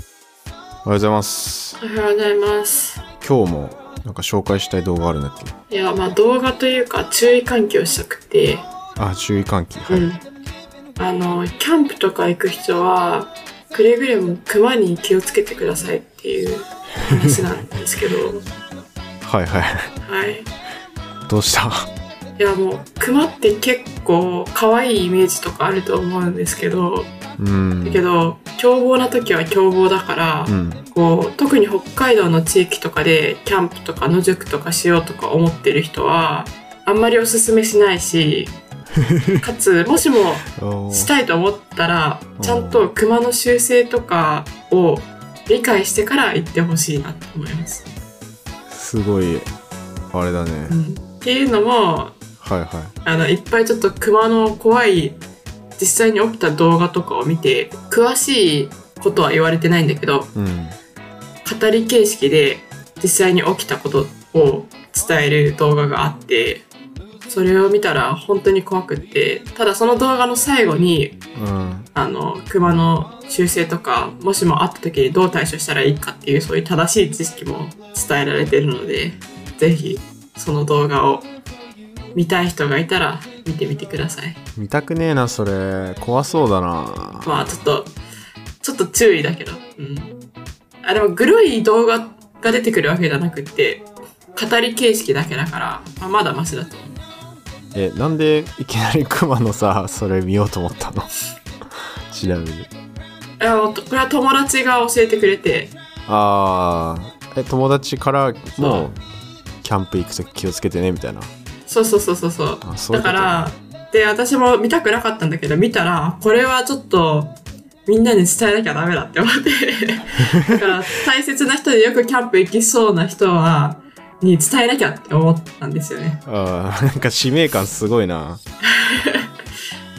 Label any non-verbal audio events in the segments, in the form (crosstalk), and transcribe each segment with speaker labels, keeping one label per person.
Speaker 1: おはようございます。
Speaker 2: おはようございます。
Speaker 1: 今日もなんか紹介したい動画あるんだっけ
Speaker 2: いや、まあ動画というか注意喚起をしたくて、
Speaker 1: あ、注意喚起。
Speaker 2: う
Speaker 1: はい。
Speaker 2: ん。あの、キャンプとか行く人は、くれぐれも熊に気をつけてくださいっていう話なんですけど、
Speaker 1: (laughs) はいはい。 (laughs)
Speaker 2: はい。
Speaker 1: どうした
Speaker 2: いや、もう、熊って結構可愛いイメージとかあると思うんですけど、
Speaker 1: うん。
Speaker 2: だけど、凶暴な時は凶暴だから、
Speaker 1: うん。
Speaker 2: こう特に北海道の地域とかでキャンプとか野宿とかしようとか思ってる人はあんまりおすすめしない (laughs) しかつもしも
Speaker 1: お
Speaker 2: し
Speaker 1: ー
Speaker 2: たいと思ったらちゃんと熊の習性とかを理解してから行ってほしいなと思います、
Speaker 1: すごい、あれだね。
Speaker 2: うんっていうのも
Speaker 1: はいはい。
Speaker 2: あのいっぱいちょっと熊の怖い実際に起きた動画とかを見て詳しいことは言われてないんだけど
Speaker 1: うん。
Speaker 2: 語り形式で実際に起きたことを伝える動画があってそれを見たら本当に怖くってただその動画の最後に
Speaker 1: うん。
Speaker 2: あの熊の習性とかもしもあった時にどう対処したらいいかっていうそういう正しい知識も伝えられてるのでぜひその動画を見たい人がいたら見てみてください
Speaker 1: 見たくねえな、それ。怖そうだな。
Speaker 2: まあちょっとちょっと注意だけどうんあでもグロい動画が出てくるわけじゃなくって語り形式だけだから、まあ、まだマシだと思う
Speaker 1: え、なんでいきなり熊のさ、それ見ようと思ったの (laughs) ちなみに。
Speaker 2: いやもうとこれは友達が教えてくれて
Speaker 1: あー。え、友達から
Speaker 2: そ
Speaker 1: も、キャンプ行くとき気をつけてね、みたいな。
Speaker 2: そうそうそうそうそう
Speaker 1: あそういう
Speaker 2: だ
Speaker 1: こ
Speaker 2: か
Speaker 1: と
Speaker 2: らで私も見たくなかったんだけど見たらこれはちょっとみんなに伝えなきゃダメだって思って
Speaker 1: (laughs)
Speaker 2: だから大切な人でよくキャンプ行きそうな人はに伝えなきゃって思ったんですよね
Speaker 1: あー、なんか使命感すごいな。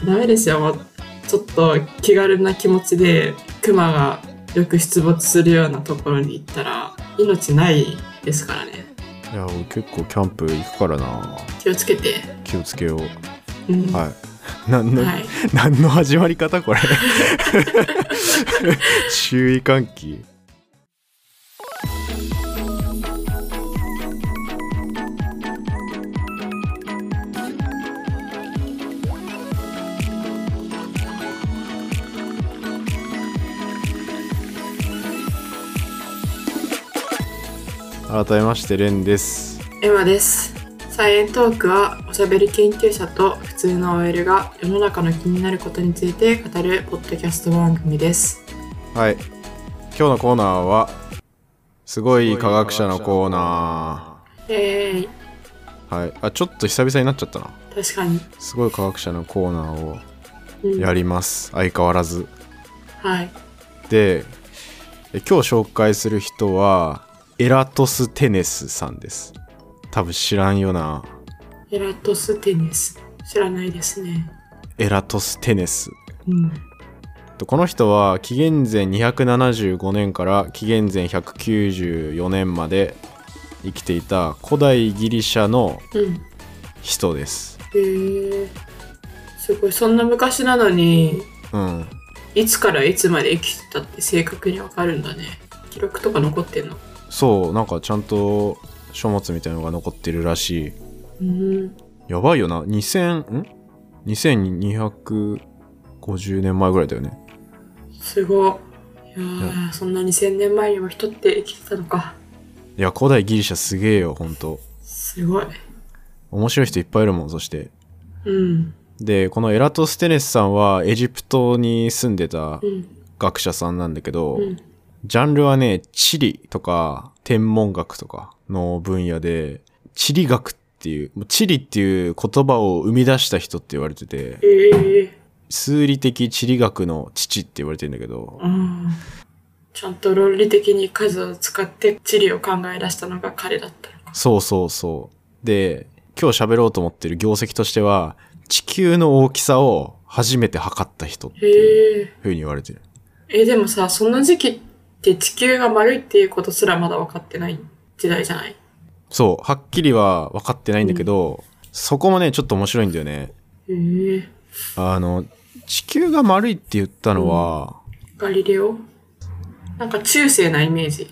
Speaker 2: ダメですよもうちょっと気軽な気持ちでクマがよく出没するようなところに行ったら命ないですからね
Speaker 1: いや俺結構キャンプ行くからな
Speaker 2: 気をつけて、
Speaker 1: 気をつけよう
Speaker 2: うんは
Speaker 1: はい何
Speaker 2: い
Speaker 1: の、 (laughs) 何の始まり方これ (laughs) 注意喚起改めましてレンです
Speaker 2: エマですサイエントークはおしゃべり研究者と普通の OL が世の中の気になることについて語るポッドキャスト番組です
Speaker 1: はい今日のコーナーはすごい科学者のコーナ
Speaker 2: えーイ、
Speaker 1: ーはいあちょっと久々になっちゃったな
Speaker 2: 確かに、
Speaker 1: すごい科学者のコーナーを
Speaker 2: うん
Speaker 1: やります、相変わらず
Speaker 2: はい
Speaker 1: でえ今日紹介する人はエラトステネスさんです多分知らんよな
Speaker 2: エラトステニス知らないですね
Speaker 1: エラトステネス
Speaker 2: うん
Speaker 1: とこの人は紀元前275年から紀元前194年まで生きていた古代ギリシャの
Speaker 2: うん
Speaker 1: 人です
Speaker 2: へえすごいそんな昔なのに
Speaker 1: うん
Speaker 2: いつからいつまで生きてたって正確にわかるんだね記録とか残ってんの
Speaker 1: そうなんかちゃんと書物みたいのが残ってるらしい
Speaker 2: うん
Speaker 1: やばいよな2000ん2250年前ぐらいだよね
Speaker 2: すごいいやーそんな2000年前にも人って生きてたのか
Speaker 1: いや古代ギリシャすげえよほんと
Speaker 2: すごい
Speaker 1: 面白い人いっぱいいるもんそして
Speaker 2: うん
Speaker 1: でこのエラトステネスさんはエジプトに住んでた
Speaker 2: うん
Speaker 1: 学者さんなんだけど、
Speaker 2: うん
Speaker 1: ジャンルはね地理とか天文学とかの分野で地理学っていうもう地理っていう言葉を生み出した人って言われてて
Speaker 2: ええ
Speaker 1: 数理的地理学の父って言われてるんだけど、
Speaker 2: うんちゃんと論理的に数を使って地理を考え出したのが彼だったのか
Speaker 1: そうそうそう。で、今日喋ろうと思ってる業績としては、地球の大きさを初めて測った人っていう
Speaker 2: へえ
Speaker 1: ふうに言われてる。
Speaker 2: えでもさその時期って地球が丸いっていうことすらまだ分かってない時代じゃない
Speaker 1: そう、はっきりは分かってないんだけど、そこもね、ちょっと面白いんだよね。
Speaker 2: へえ
Speaker 1: あの、地球が丸いって言ったのは、
Speaker 2: ガリレオなんか中世なイメージ。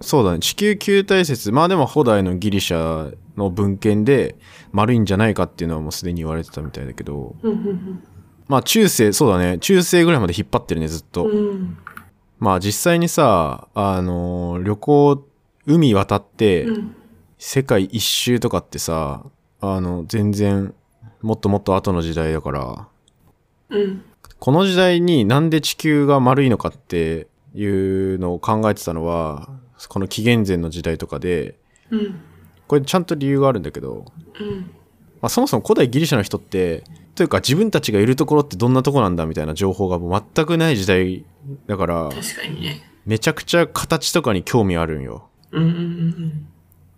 Speaker 1: そうだね。地球球体説。まあでも古代のギリシャの文献で丸いんじゃないかっていうのはもうすでに言われてたみたいだけど。
Speaker 2: うんうん
Speaker 1: まあ中世、そうだね。中世ぐらいまで引っ張ってるね、ずっと。
Speaker 2: うん。うん
Speaker 1: まあ実際にさ、あのー旅行、海渡って
Speaker 2: うん。
Speaker 1: 世界一周とかってさ、あの、全然もっともっと後の時代だから、
Speaker 2: うん。
Speaker 1: この時代になんで地球が丸いのかっていうのを考えてたのは、この紀元前の時代とかで、
Speaker 2: うん。
Speaker 1: これちゃんと理由があるんだけど、
Speaker 2: うん。
Speaker 1: まあ、そもそも古代ギリシャの人ってというか自分たちがいるところってどんなとこなんだみたいな情報がもう全くない時代だから
Speaker 2: 確かにね。
Speaker 1: めちゃくちゃ形とかに興味あるんよ
Speaker 2: うんうんうん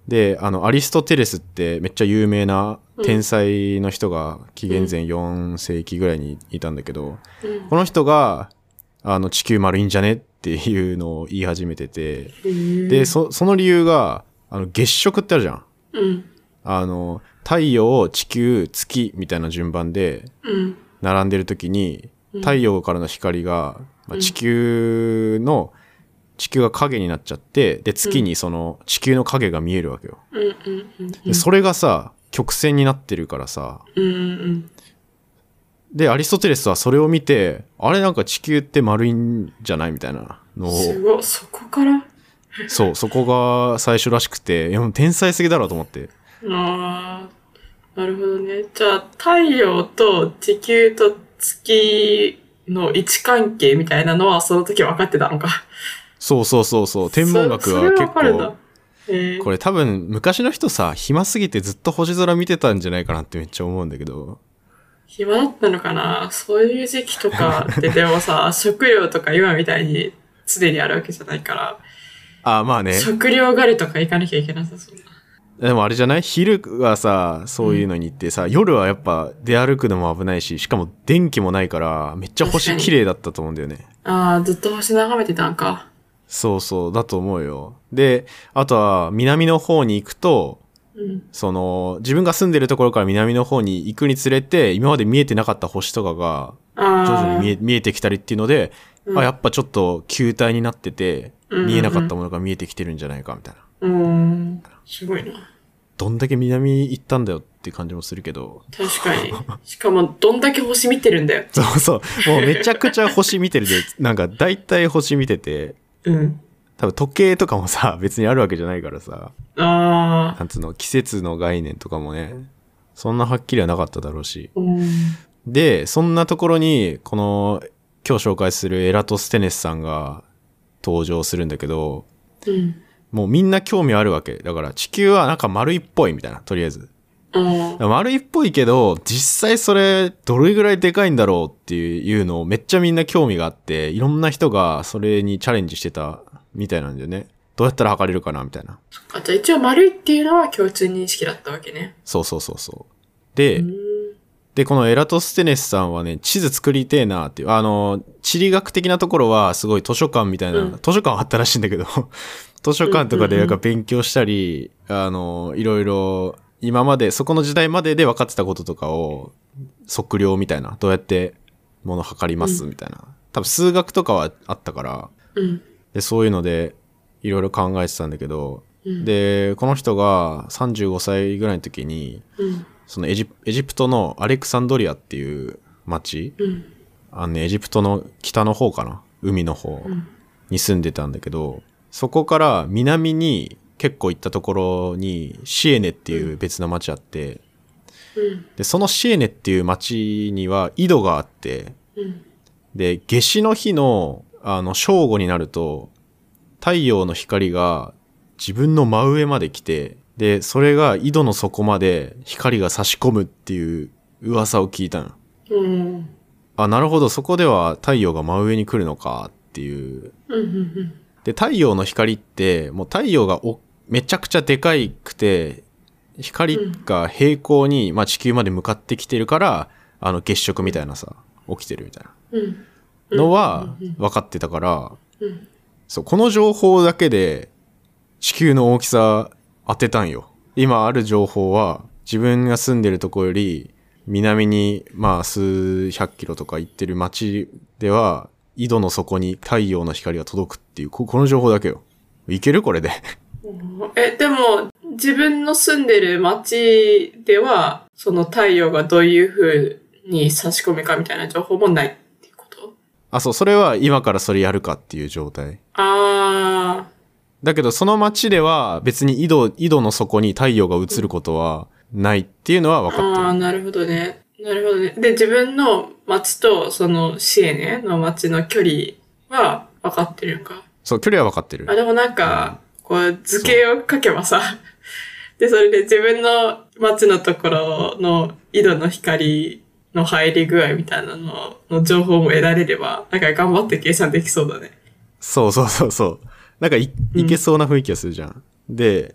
Speaker 1: であのアリストテレスってめっちゃ有名な天才の人が紀元前4世紀ぐらいにいたんだけど
Speaker 2: うん。うん
Speaker 1: この人があの地球丸いんじゃねっていうのを言い始めてて
Speaker 2: へー
Speaker 1: でそその理由があの月食ってあるじゃん
Speaker 2: うん
Speaker 1: あの太陽地球月みたいな順番で
Speaker 2: うん
Speaker 1: 並んでる時に
Speaker 2: うん
Speaker 1: 太陽からの光が、まあ
Speaker 2: うん
Speaker 1: 地球の地球が影になっちゃってで月にその地球の影が見えるわけよ。
Speaker 2: うんうんうん
Speaker 1: でそれがさ曲線になってるからさ
Speaker 2: うんうん
Speaker 1: でアリストテレスはそれを見てあれなんか地球って丸いんじゃないみたいなの
Speaker 2: うん
Speaker 1: を
Speaker 2: すごいそこから
Speaker 1: そうそこが最初らしくていやもう天才すぎだろうと思って
Speaker 2: ああなるほどねじゃあ太陽と地球と月の位置関係みたいなのはその時分かってたのか
Speaker 1: そうそうそうそう天文学は
Speaker 2: そそれ
Speaker 1: 結
Speaker 2: 分かるんだ
Speaker 1: 構
Speaker 2: えー
Speaker 1: これ多分昔の人さ暇すぎてずっと星空見てたんじゃないかなってめっちゃ思うんだけど
Speaker 2: 暇だったのかなそういう時期とかってでもさ食料とか今みたいにすでにあるわけじゃないから
Speaker 1: あまあね
Speaker 2: 食料狩りとか行かなきゃいけなさそうな
Speaker 1: でもあれじゃない昼はさそういうのに行ってさ、夜はやっぱ出歩くのも危ないししかも電気もないからめっちゃ
Speaker 2: 確か
Speaker 1: 星
Speaker 2: に
Speaker 1: 綺麗だったと思うんだよね
Speaker 2: あーずっと星眺めてたんか
Speaker 1: そうそうだと思うよであとは南の方に行くと
Speaker 2: うん
Speaker 1: その自分が住んでるところから南の方に行くにつれて今まで見えてなかった星とかが
Speaker 2: ああ
Speaker 1: 徐々に見え見えてきたりっていうので、
Speaker 2: うん
Speaker 1: あやっぱちょっと球体になってて
Speaker 2: うんうんうん
Speaker 1: 見えなかったものが見えてきてるんじゃないかみたいな、
Speaker 2: うーん、すごいな。
Speaker 1: どんだけ南行ったんだよって感じもするけど
Speaker 2: 確かに。 (laughs) しかも、どんだけ星見てるんだよ。
Speaker 1: そうそう。もうめちゃくちゃ星見てるで、なんか大体星見てて、
Speaker 2: うん。
Speaker 1: 多分時計とかもさ、 (laughs) 別にあるわけじゃないからさ、
Speaker 2: ああ、
Speaker 1: なんつうの、季節の概念とかもね、そんなはっきりはなかっただろうし。
Speaker 2: うん。
Speaker 1: で、そんなところに、この、今日紹介するエラトステネスさんが登場するんだけど、
Speaker 2: うん。
Speaker 1: もうみんな興味あるわけ。だから地球はなんか丸いっぽいみたいな、とりあえず。
Speaker 2: うん。
Speaker 1: 丸いっぽいけど、実際それ、どれぐらいでかいんだろうっていうのをめっちゃみんな興味があって、いろんな人がそれにチャレンジしてたみたいなんだよね。どうやったら測れるかなみたいな。
Speaker 2: あと、一応、丸いっていうのは共通認識だったわけね。
Speaker 1: そうそうそうそう。で、
Speaker 2: うん。
Speaker 1: で、このエラトステネスさんはね、地図作りてえなっていう、あの、地理学的なところはすごい図書館みたいな、
Speaker 2: うん
Speaker 1: 図書館あったらしいんだけど、 (laughs) 図書館とかでなんか勉強したり、あの、いろいろ、今まで、そこの時代までで分かってたこととかを、測量みたいな、どうやって物測りますみたいな。多分数学とかはあったから、
Speaker 2: うん。
Speaker 1: で、そういうので、いろいろ考えてたんだけど、
Speaker 2: うん
Speaker 1: で、この人が35歳ぐらいの時に、
Speaker 2: うん。
Speaker 1: そのエジエジプトのアレクサンドリアっていう町、
Speaker 2: うん。
Speaker 1: あのね、エジプトの北の方かな海の方
Speaker 2: うん
Speaker 1: に住んでたんだけど、そこから南に結構行ったところにシエネっていう別の町あって、
Speaker 2: うん。
Speaker 1: で、そのシエネっていう町には井戸があって、
Speaker 2: うん。
Speaker 1: で、夏至の日の、あの、正午になると、太陽の光が自分の真上まで来て、で、それが井戸の底まで光が差し込むっていう噂を聞いたの。
Speaker 2: うん。
Speaker 1: あ、なるほど、そこでは太陽が真上に来るのかっていう。
Speaker 2: うん。うん。
Speaker 1: で、太陽の光って、もう太陽がおめちゃくちゃでかいくて、光が平行に、まあ、地球まで向かってきてるから、あの、月食みたいなさ、起きてるみたいな。
Speaker 2: うん。
Speaker 1: のは分かってたから、
Speaker 2: うん
Speaker 1: そう、この情報だけで地球の大きさ当てたんよ。今ある情報は自分が住んでるとこより南にまあ数百キロとか行ってる町では井戸の底に太陽の光が届くっていう、ここの情報だけよ。いけるこれで。 (laughs)
Speaker 2: え、でも、自分の住んでる町では、その太陽がどういう風に差し込むかみたいな情報もないっていうこと
Speaker 1: あ、そう、それは今からそれやるかっていう状態。
Speaker 2: あ
Speaker 1: だけど、その町では別に井戸、井戸の底に太陽が映ることはないっていうのは分
Speaker 2: ー、
Speaker 1: かってる
Speaker 2: あー、なるほどね。なるほどね。で、自分の町と、そのシエネの町の距離は分かってるのか。
Speaker 1: そう、距離は分かってる
Speaker 2: あ、。でもなんか、こう、図形を書けばさ、で、それで自分の街のところの井戸の光の入り具合みたいなのの情報も得られれば、なんか頑張って計算できそうだね。
Speaker 1: そうそうそうそう。なんかい、いけそうな雰囲気がするじゃん。で、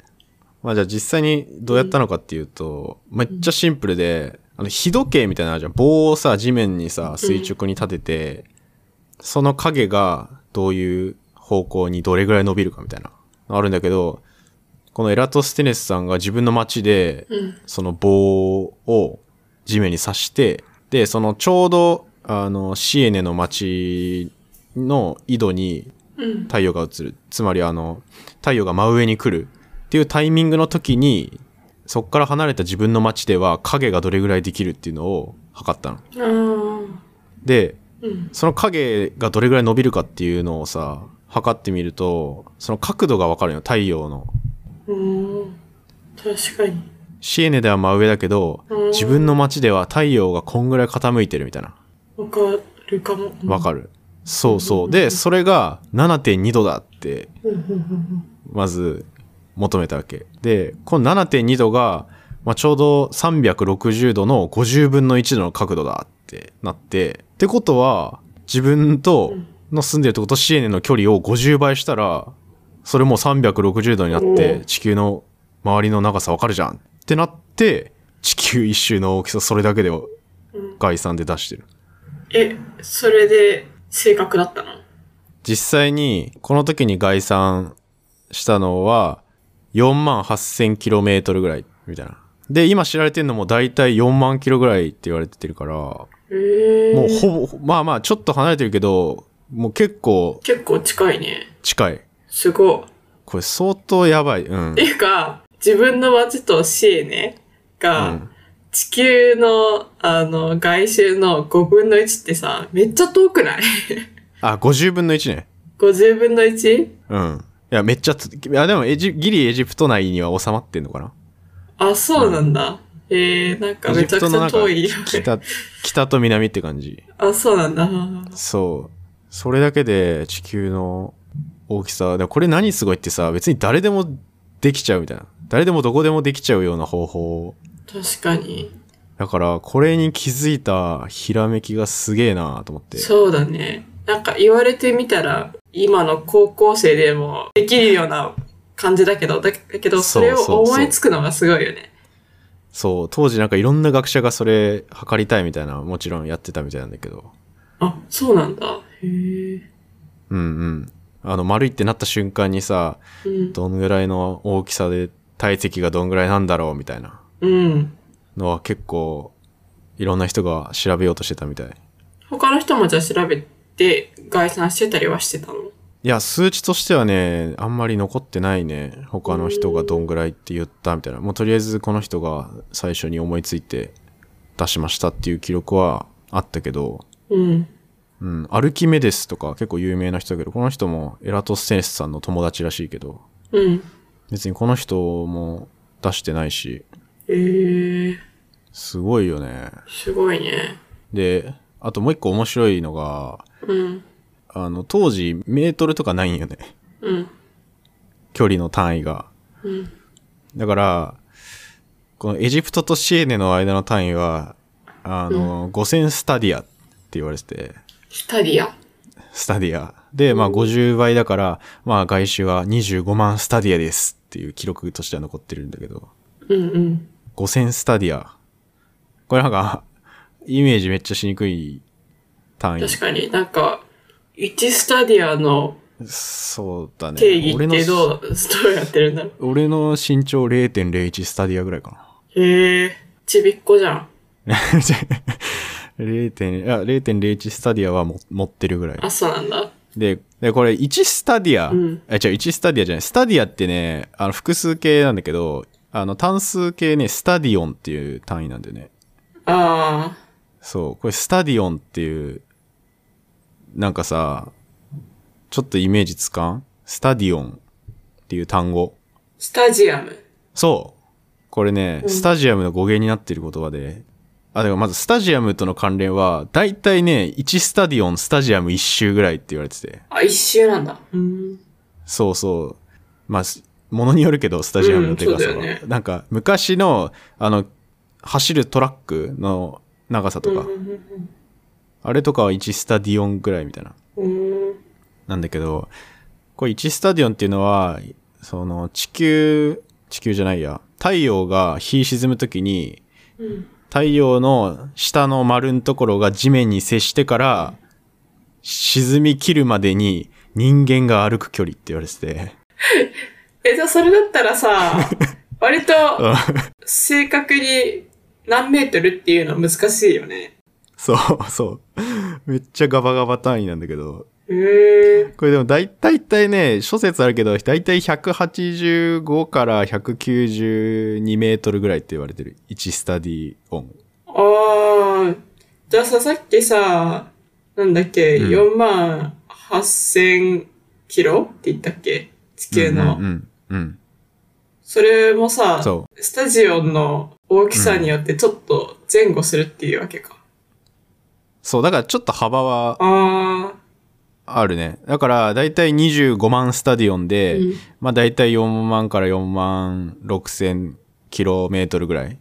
Speaker 1: まあじゃあ実際にどうやったのかっていうと、めっちゃシンプルで、あの、日時計みたいなのあるじゃん。棒をさ、地面にさ、垂直に立てて、その影がどういう方向にどれぐらい伸びるかみたいな、あるんだけど、このエラトステネスさんが自分の街で、
Speaker 2: うん。
Speaker 1: その棒を地面に刺して、で、そのちょうど、あの、シエネの町の井戸に
Speaker 2: うん。
Speaker 1: 太陽が映る。つまりあの、太陽が真上に来るっていうタイミングの時に、そっから離れた自分の街では影がどれぐらいできるっていうのを測ったの。
Speaker 2: あー
Speaker 1: で、
Speaker 2: うん。
Speaker 1: その影がどれぐらい伸びるかっていうのをさ、測ってみると、その角度がわかるよ、太陽の。
Speaker 2: うん。確かに。
Speaker 1: シエネでは真上だけど
Speaker 2: うん、
Speaker 1: 自分の街では太陽がこんぐらい傾いてるみたいな。
Speaker 2: わかるかも。
Speaker 1: わ
Speaker 2: る。
Speaker 1: かる。そうそう。で、それが7.2度だって
Speaker 2: うんうんうん
Speaker 1: まず求めたわけでこの7.2度が、まあ、ちょうど360度の50分の1度の角度だってなってってことは自分との住んでるとことシエネの距離を50倍したらそれもう360度になっ
Speaker 2: お
Speaker 1: て
Speaker 2: お
Speaker 1: 地球の周りの長さわかるじゃんってなって地球一周の大きさそれだけで
Speaker 2: うん
Speaker 1: 概算で出してる
Speaker 2: え、それで正確だったの
Speaker 1: 実際にこの時に概算したのは4万 8000km ぐらいみたいな。で、今知られてるのも大体4万キロぐらいって言われてるから、も
Speaker 2: ええ
Speaker 1: うほぼ、まあまあちょっと離れてるけど、もう結構
Speaker 2: 結構近いね。
Speaker 1: 近い。
Speaker 2: すごい。
Speaker 1: これ相当やばい。うん
Speaker 2: って。いうか、自分の街とシエネ
Speaker 1: う
Speaker 2: が
Speaker 1: ん、
Speaker 2: 地球の、あの、外周の5分の1ってさ、めっちゃ遠くない (laughs)
Speaker 1: あ、50分の1ね。
Speaker 2: ?50 分の 1?
Speaker 1: うん。いや、めっちゃつ、いや、でもエジ、ギリエジプト内には収まってんのかな
Speaker 2: あ、そうなんだ。えー、なんか
Speaker 1: エ
Speaker 2: め
Speaker 1: ジ
Speaker 2: ち
Speaker 1: プ
Speaker 2: ゃく
Speaker 1: ト
Speaker 2: ち
Speaker 1: の
Speaker 2: ゃ
Speaker 1: 中
Speaker 2: 遠
Speaker 1: (laughs)
Speaker 2: い。
Speaker 1: 北、北と南って感じ。
Speaker 2: あ、そうなんだ。
Speaker 1: そう。それだけで地球の大きさ。でもこれ何すごいってさ、別に誰でもできちゃうみたいな。誰でもどこでもできちゃうような方法。
Speaker 2: 確かに。
Speaker 1: だから、これに気づいたひらめきがすげえなと思って。
Speaker 2: そうだね。なんか言われてみたら、今の高校生でもできるような感じだけど、だだけど、それを
Speaker 1: そうそうそう
Speaker 2: 思いつくのがすごいよね。
Speaker 1: そう。当時なんかいろんな学者がそれ測りたいみたいな、もちろんやってたみたいなんだけど。
Speaker 2: あ、そうなんだ。へえ。
Speaker 1: うんうん。あの、丸いってなった瞬間にさ、
Speaker 2: うん。
Speaker 1: どんぐらいの大きさで体積がどんぐらいなんだろうみたいな
Speaker 2: うん。
Speaker 1: のは結構、いろんな人が調べようとしてたみたい。
Speaker 2: 他の人もじゃあ調べて概算してたりはしてたの
Speaker 1: いや、数値としてはね、あんまり残ってないね。他の人がどんぐらいって言ったみたいな。もうとりあえずこの人が最初に思いついて出しましたっていう記録はあったけど、
Speaker 2: うん。
Speaker 1: うん、アルキメデスとか結構有名な人だけど、この人もエラトステネスさんの友達らしいけど、
Speaker 2: うん。
Speaker 1: 別にこの人も出してないし、
Speaker 2: えー、
Speaker 1: すごいよね。
Speaker 2: すごいね。
Speaker 1: で、あともう一個面白いのが、
Speaker 2: うん。
Speaker 1: あの、当時メートルとかないんよね。
Speaker 2: うん。
Speaker 1: 距離の単位が。
Speaker 2: うん。
Speaker 1: だから、このエジプトとシエネの間の単位は、あの、5000スタディアって言われてて、
Speaker 2: スタディア。
Speaker 1: スタディア。で、まあ50倍だから、まあ外周は25万スタディアですっていう記録としては残ってるんだけど、
Speaker 2: うんうん。
Speaker 1: 5000スタディア。これなんか、イメージめっちゃしにくい単位。
Speaker 2: 確かになんか、1スタディアの
Speaker 1: そうだね。
Speaker 2: 定義
Speaker 1: 俺
Speaker 2: っ
Speaker 1: の
Speaker 2: てどう、どうやってるんだろう。
Speaker 1: 俺の身長0.01スタディアぐらいかな。 (laughs)
Speaker 2: へえー、ちびっこじゃん。
Speaker 1: 0.01 0.0いや0.01スタディアはも持ってるぐらい。
Speaker 2: あ、そうなんだ。
Speaker 1: で、でこれ1スタディア、
Speaker 2: うん
Speaker 1: あ、違う、1スタディアじゃない。スタディアってね、あの、複数形なんだけど、あの、単数形ね、スタディオンっていう単位なんだよね。
Speaker 2: あ
Speaker 1: そう、これスタディオンっていう、なんかさ、ちょっとイメージつかんスタディオンっていう単語。
Speaker 2: ー、スタジアム。
Speaker 1: そう。これね、
Speaker 2: うん
Speaker 1: スタジアムの語源になっている言葉で。あ、でもまずスタジアムとの関連は、だいたいね、1スタディオン、スタジアム1周ぐらいって言われてて。
Speaker 2: あ、一周なんだ。うん。
Speaker 1: そうそう。まあ、すものによるけど、スタジアムのデカさは。
Speaker 2: うんそうだよね
Speaker 1: なんか、昔の、あの、走るトラックの長さとか、
Speaker 2: うん
Speaker 1: あれとかは1スタディオンぐらいみたいな。
Speaker 2: うんうん。うん
Speaker 1: なんだけど、これ1スタディオンっていうのは、その、地球、地球じゃないや、太陽が日沈むときに、
Speaker 2: うん。
Speaker 1: 太陽の下の丸のところが地面に接してから、沈み切るまでに人間が歩く距離って言われてて。
Speaker 2: え、じゃあそれだったら (laughs) さ、割と正確に何メートルっていうのは難しいよね。
Speaker 1: (laughs) そうそう。めっちゃガバガバ単位なんだけど。
Speaker 2: へえ。
Speaker 1: これでも大体体ね、諸説あるけど、大体185から192メートルぐらいって言われてる。1スタディオン。
Speaker 2: ああ、じゃあさ、さっきさ、なんだっけ、
Speaker 1: うん
Speaker 2: 4万8000キロって言ったっけ地球の。
Speaker 1: うんうん、うん。
Speaker 2: それもさ、
Speaker 1: そ
Speaker 2: スタジオの大きさによってちょっと前後するっていうわけか。
Speaker 1: そう、だからちょっと幅は
Speaker 2: あ
Speaker 1: あるね。だから大体25万スタディオン
Speaker 2: あ、
Speaker 1: で、
Speaker 2: うん
Speaker 1: まあ大体4万から4万6千キロメートルぐらい。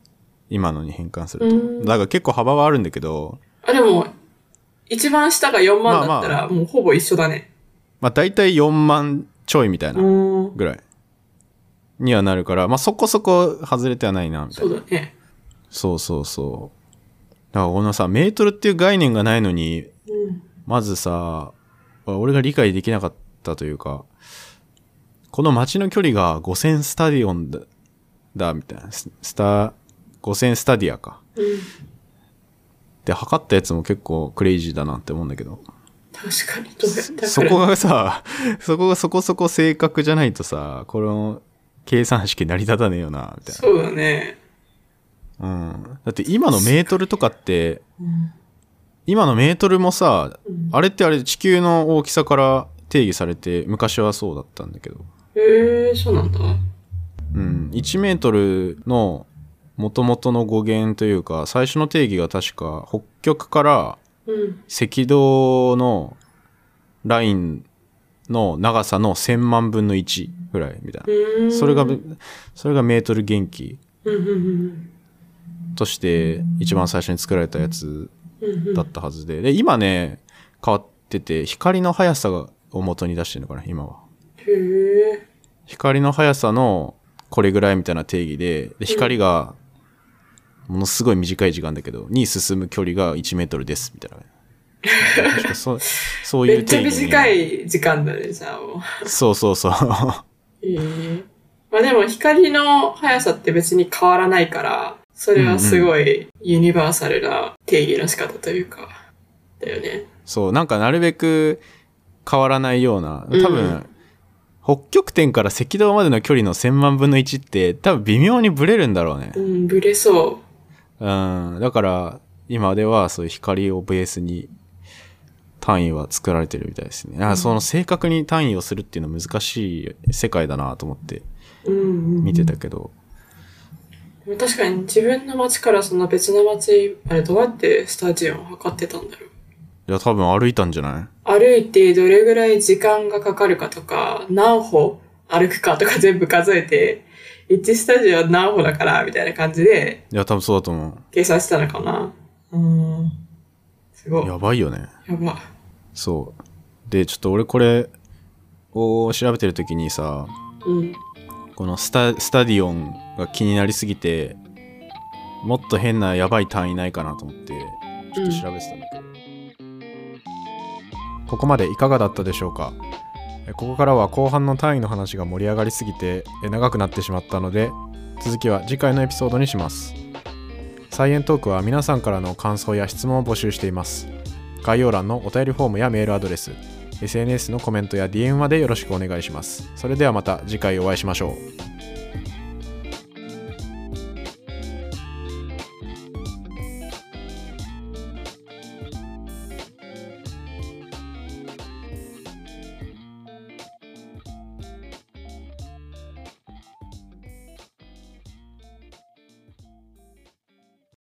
Speaker 1: 今のに変換すると。
Speaker 2: うん
Speaker 1: だから結構幅はあるんだけど、
Speaker 2: あ、でも、一番下が4万
Speaker 1: ま
Speaker 2: だ
Speaker 1: あ
Speaker 2: っ
Speaker 1: ま
Speaker 2: た
Speaker 1: あ
Speaker 2: らもうほぼ一緒だね。
Speaker 1: まあ大体4万ちょいみたいな。
Speaker 2: うん、
Speaker 1: ぐらいにはなるから、まあ、そこそこ外れてはないな、みたい
Speaker 2: そ
Speaker 1: な。
Speaker 2: うだね。
Speaker 1: そうそうそう。だからこのさ、メートルっていう概念がないのに、
Speaker 2: うん、
Speaker 1: まずさ、俺が理解できなかったというか、この街の距離が5000スタディオンだ、だみたいな。ススタ、5000スタディアか。
Speaker 2: うん、
Speaker 1: で、測ったやつも結構クレイジーだなって思うんだけ
Speaker 2: (laughs)
Speaker 1: ど。
Speaker 2: 確かに。どうやった
Speaker 1: そこがさ、 (laughs) そこがそこそこ正確じゃないとさ、この計算式成り立たねえよな、みたいな。
Speaker 2: そうだね。
Speaker 1: うん。だって今のメートルとかって、
Speaker 2: うん
Speaker 1: 今のメートルもさ、
Speaker 2: うん
Speaker 1: あれってあれ地球の大きさから定義されて、昔はそうだったんだけど。
Speaker 2: へえ、そうなんだ。
Speaker 1: うん。1メートルの元々の語源というか、最初の定義が確か北極から
Speaker 2: うん。
Speaker 1: 赤道のラインの長さの1000万分の1ぐらいみたいうな。
Speaker 2: ーん
Speaker 1: それが
Speaker 2: うん、、
Speaker 1: それがメートル元気
Speaker 2: うん、うん
Speaker 1: として一番最初に作られたやつ
Speaker 2: うんうん。
Speaker 1: だったはずで。で、今ね、変わってて、光の速さがを元に出してるのかな、今は。
Speaker 2: へえ。
Speaker 1: 光の速さのこれぐらいみたいな定義で、で光がものすごい短い時間だけど、に進む距離が1メートルです、み
Speaker 2: (laughs)
Speaker 1: たいな。確かそそう
Speaker 2: め
Speaker 1: い
Speaker 2: っ
Speaker 1: う
Speaker 2: ちゃ
Speaker 1: 定義に、
Speaker 2: 短い時間だね、じゃあもう。
Speaker 1: そうそうそう。 (laughs)
Speaker 2: ええまあでも光の速さって別に変わらないから、それはすごいユニバーサルな定義の仕方というか、だよね。
Speaker 1: そう、なんかなるべく変わらないような、多分、
Speaker 2: うん
Speaker 1: 北極点から赤道までの距離の1000万分の1って多分微妙にブレるんだろうね。
Speaker 2: うん、ブレそ
Speaker 1: うん、だから今ではそういう光をベースに単位は作られてるみたいですね。あその正確に単位をするっていうのは難しい世界だなと思って
Speaker 2: う。うん、うん。
Speaker 1: 見てたけど、
Speaker 2: でも確かに自分の街からその別の街、あれどうやってスタジオを測ってたんだろう。
Speaker 1: いや多分歩いたんじゃない
Speaker 2: 歩いてどれぐらい時間がかかるかとか、何歩歩くかとか全部数えて、1スタジオ何歩だから、みたいな感じで
Speaker 1: いや多分そうだと思
Speaker 2: 計算したのかな。うん。すご
Speaker 1: う。
Speaker 2: い。や
Speaker 1: やばいよね。
Speaker 2: ば。
Speaker 1: そう。で、ちょっと俺これを調べてる時にさ、
Speaker 2: うん。
Speaker 1: このスタスタディオンが気になりすぎて、もっと変なやばい単位ないかなと思って、ちょっと調べてたんだけど。ここまでいかがだったでしょうかえここからは後半の単位の話が盛り上がりすぎてえ長くなってしまったので、続きは次回のエピソードにします。サイエントークは皆さんからの感想や質問を募集しています。概要欄のお便りフォームやメールアドレス、SNS のコメントや DM までよろしくお願いします。それではまた次回お会いしましょう。